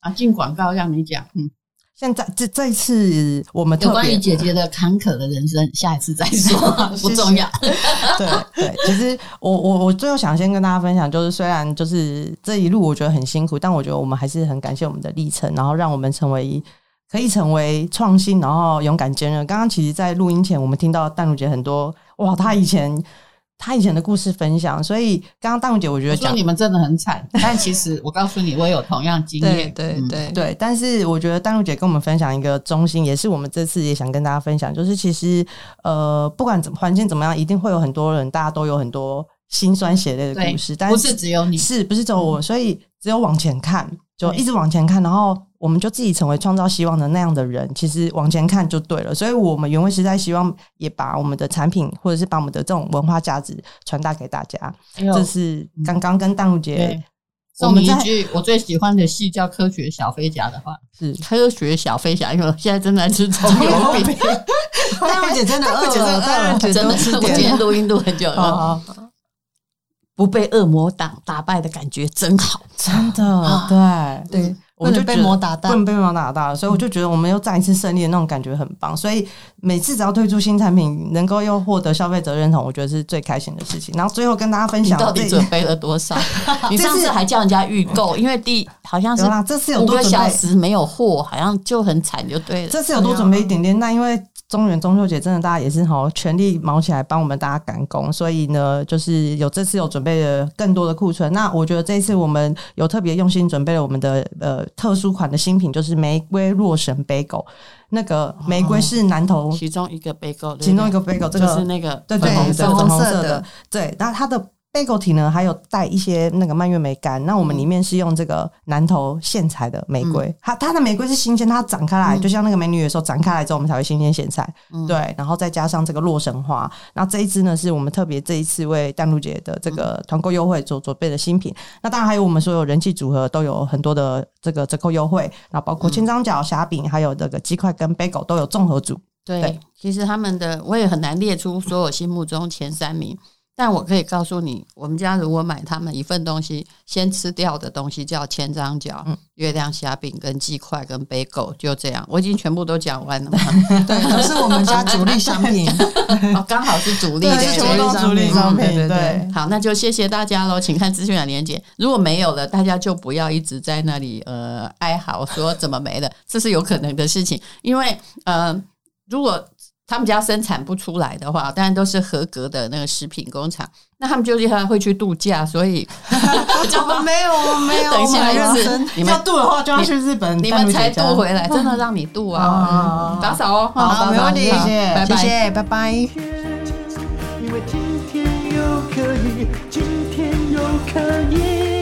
Speaker 5: 啊？进广告让你讲，嗯，
Speaker 3: 现在这这一次我们
Speaker 5: 有
Speaker 3: 特
Speaker 5: 关于
Speaker 3: 别
Speaker 5: 姐姐的坎坷的人生，下一次再 说，不重要。
Speaker 3: 对对，其实我我我最后想先跟大家分享，就是虽然就是这一路我觉得很辛苦，但我觉得我们还是很感谢我们的历程，然后让我们成为可以成为创新，然后勇敢坚韧。刚刚其实，在录音前我们听到淡如姐很多哇，她以前她以前的故事分享，所以刚刚淡如姐我觉
Speaker 5: 我
Speaker 3: 得
Speaker 5: 说
Speaker 3: 讲
Speaker 5: 你们真的很 惨，但其实我告诉你，我有同样经
Speaker 4: 对
Speaker 5: 验。
Speaker 4: 对
Speaker 5: 嗯
Speaker 4: 对，
Speaker 3: 对，但是我觉得丹如姐跟我们分享一个中心，也是我们这次也想跟大家分享，就是其实呃，不管怎环境怎么样，一定会有很多人，大家都有很多辛酸血泪的
Speaker 5: 对
Speaker 3: 故事，但
Speaker 5: 不是只有你，
Speaker 3: 是不是只有
Speaker 2: 嗯
Speaker 3: 我？所以只有往前看，就一直往前看，然后我们就自己成为创造希望的那样的人。其实往前看就对了。所以我们原味时代希望也把我们的产品或者是把我们的这种文化价值传达给大家。
Speaker 5: 哎呦
Speaker 3: 这是刚刚跟淡如姐
Speaker 5: 对送你一句我最喜欢的戏叫《科学小飞侠》的话，
Speaker 3: 是
Speaker 2: 科学小飞侠，因为我现在正在吃葱油 饼，
Speaker 4: 大姐真的
Speaker 3: 大姐 真
Speaker 4: 饿
Speaker 3: 的
Speaker 4: 了，
Speaker 3: 饿
Speaker 4: 大姐
Speaker 2: 呃真
Speaker 4: 多
Speaker 2: 的
Speaker 4: 吃
Speaker 2: 是我今
Speaker 4: 点
Speaker 2: 天。录音录很久了，
Speaker 3: 哦，
Speaker 2: 不被恶魔党打败的感觉真好。
Speaker 3: 真的啊对。
Speaker 4: 对，
Speaker 3: 我们就
Speaker 4: 不能被
Speaker 3: 觉得
Speaker 4: 魔打
Speaker 3: 不
Speaker 4: 到
Speaker 3: 能被猫打到，
Speaker 2: 嗯
Speaker 3: 所以我就觉得我们又再一次胜利的那种感觉很棒。所以每次只要推出新产品，能够又获得消费者认同，我觉得是最开心的事情。然后最后跟大家分
Speaker 2: 你
Speaker 3: 享
Speaker 2: 到底
Speaker 3: 这
Speaker 2: 准备了多少？你上次还叫人家预购，因为第好像是
Speaker 3: 有啦，这次有
Speaker 2: 五
Speaker 3: 多
Speaker 2: 个
Speaker 3: 准
Speaker 2: 小
Speaker 3: 备，
Speaker 2: 时没有货，好像就很惨，就对了。
Speaker 3: 这次有多准备一点
Speaker 2: 啊
Speaker 3: 点。那因为中元中秋节真的大家也是哈，全力忙起来帮我们大家赶工，所以呢，就是有这次有准备了更多的库存。那我觉得这一次我们有特别用心准备了我们的呃特殊款的新品，就是玫瑰洛神杯狗。那个玫
Speaker 2: 哦
Speaker 3: 瑰是南投
Speaker 2: 其中一个被购，
Speaker 3: 其中一个杯狗，这
Speaker 2: 就
Speaker 3: 个
Speaker 2: 是那个
Speaker 3: 对对
Speaker 2: 粉红色
Speaker 3: 粉
Speaker 2: 的
Speaker 4: 粉
Speaker 3: 红
Speaker 4: 红
Speaker 3: 色
Speaker 4: 色
Speaker 3: 的
Speaker 4: 的，
Speaker 3: 对，那它的。贝果体呢，还有带一些那个蔓越莓干。那我们里面是用这个南投现采的玫瑰，它它的玫瑰是新鲜，它长开来、就像那个美女的时候长开来之后，我们才会新鲜现采。对，然后再加上这个洛神花，那这一支呢是我们特别这一次为丹露姐的这个团购优惠所准备的新品。那当然还有我们所有人气组合都有很多的这个折扣优惠，然后包括千张角、虾饼，还有这个鸡块跟贝狗都有综合组。对
Speaker 2: 对，其实他们的我也很难列出所有心目中前三名，但我可以告诉你，我们家如果买他们一份东西，先吃掉的东西叫千张角、
Speaker 3: 嗯
Speaker 2: 月亮虾饼、跟鸡块、跟杯狗，就这样。我已经全部都讲完了 嘛，
Speaker 4: 对，可是我们家主力商品，
Speaker 2: 哦，刚好是主力
Speaker 3: 对
Speaker 2: 的，
Speaker 3: 是全部都是主力商品
Speaker 4: 嗯
Speaker 3: 对
Speaker 4: 对对对。
Speaker 2: 好，那就谢谢大家喽，请看资讯栏连接。如果没有了，大家就不要一直在那里呃哀嚎说怎么没了，这是有可能的事情。因为呃，如果他们家生产不出来的话，当然都是合格的那个食品工厂，那他们就是还会去度假，所 以就
Speaker 4: 我哦没有，我没 有，
Speaker 2: 等一下
Speaker 4: 我没有
Speaker 2: 就是你们
Speaker 3: 要度的话，就要去日本
Speaker 2: 你
Speaker 3: 丹
Speaker 2: 们
Speaker 3: 如姐
Speaker 2: 才
Speaker 3: 家
Speaker 2: 度回来，真的让你度啊！
Speaker 3: 哦
Speaker 2: 嗯打扫哦，
Speaker 4: 啊好，没问题，
Speaker 2: 好拜
Speaker 4: 谢
Speaker 2: 拜。
Speaker 4: 谢，拜拜。
Speaker 1: 因为今天又可以，今天又可以。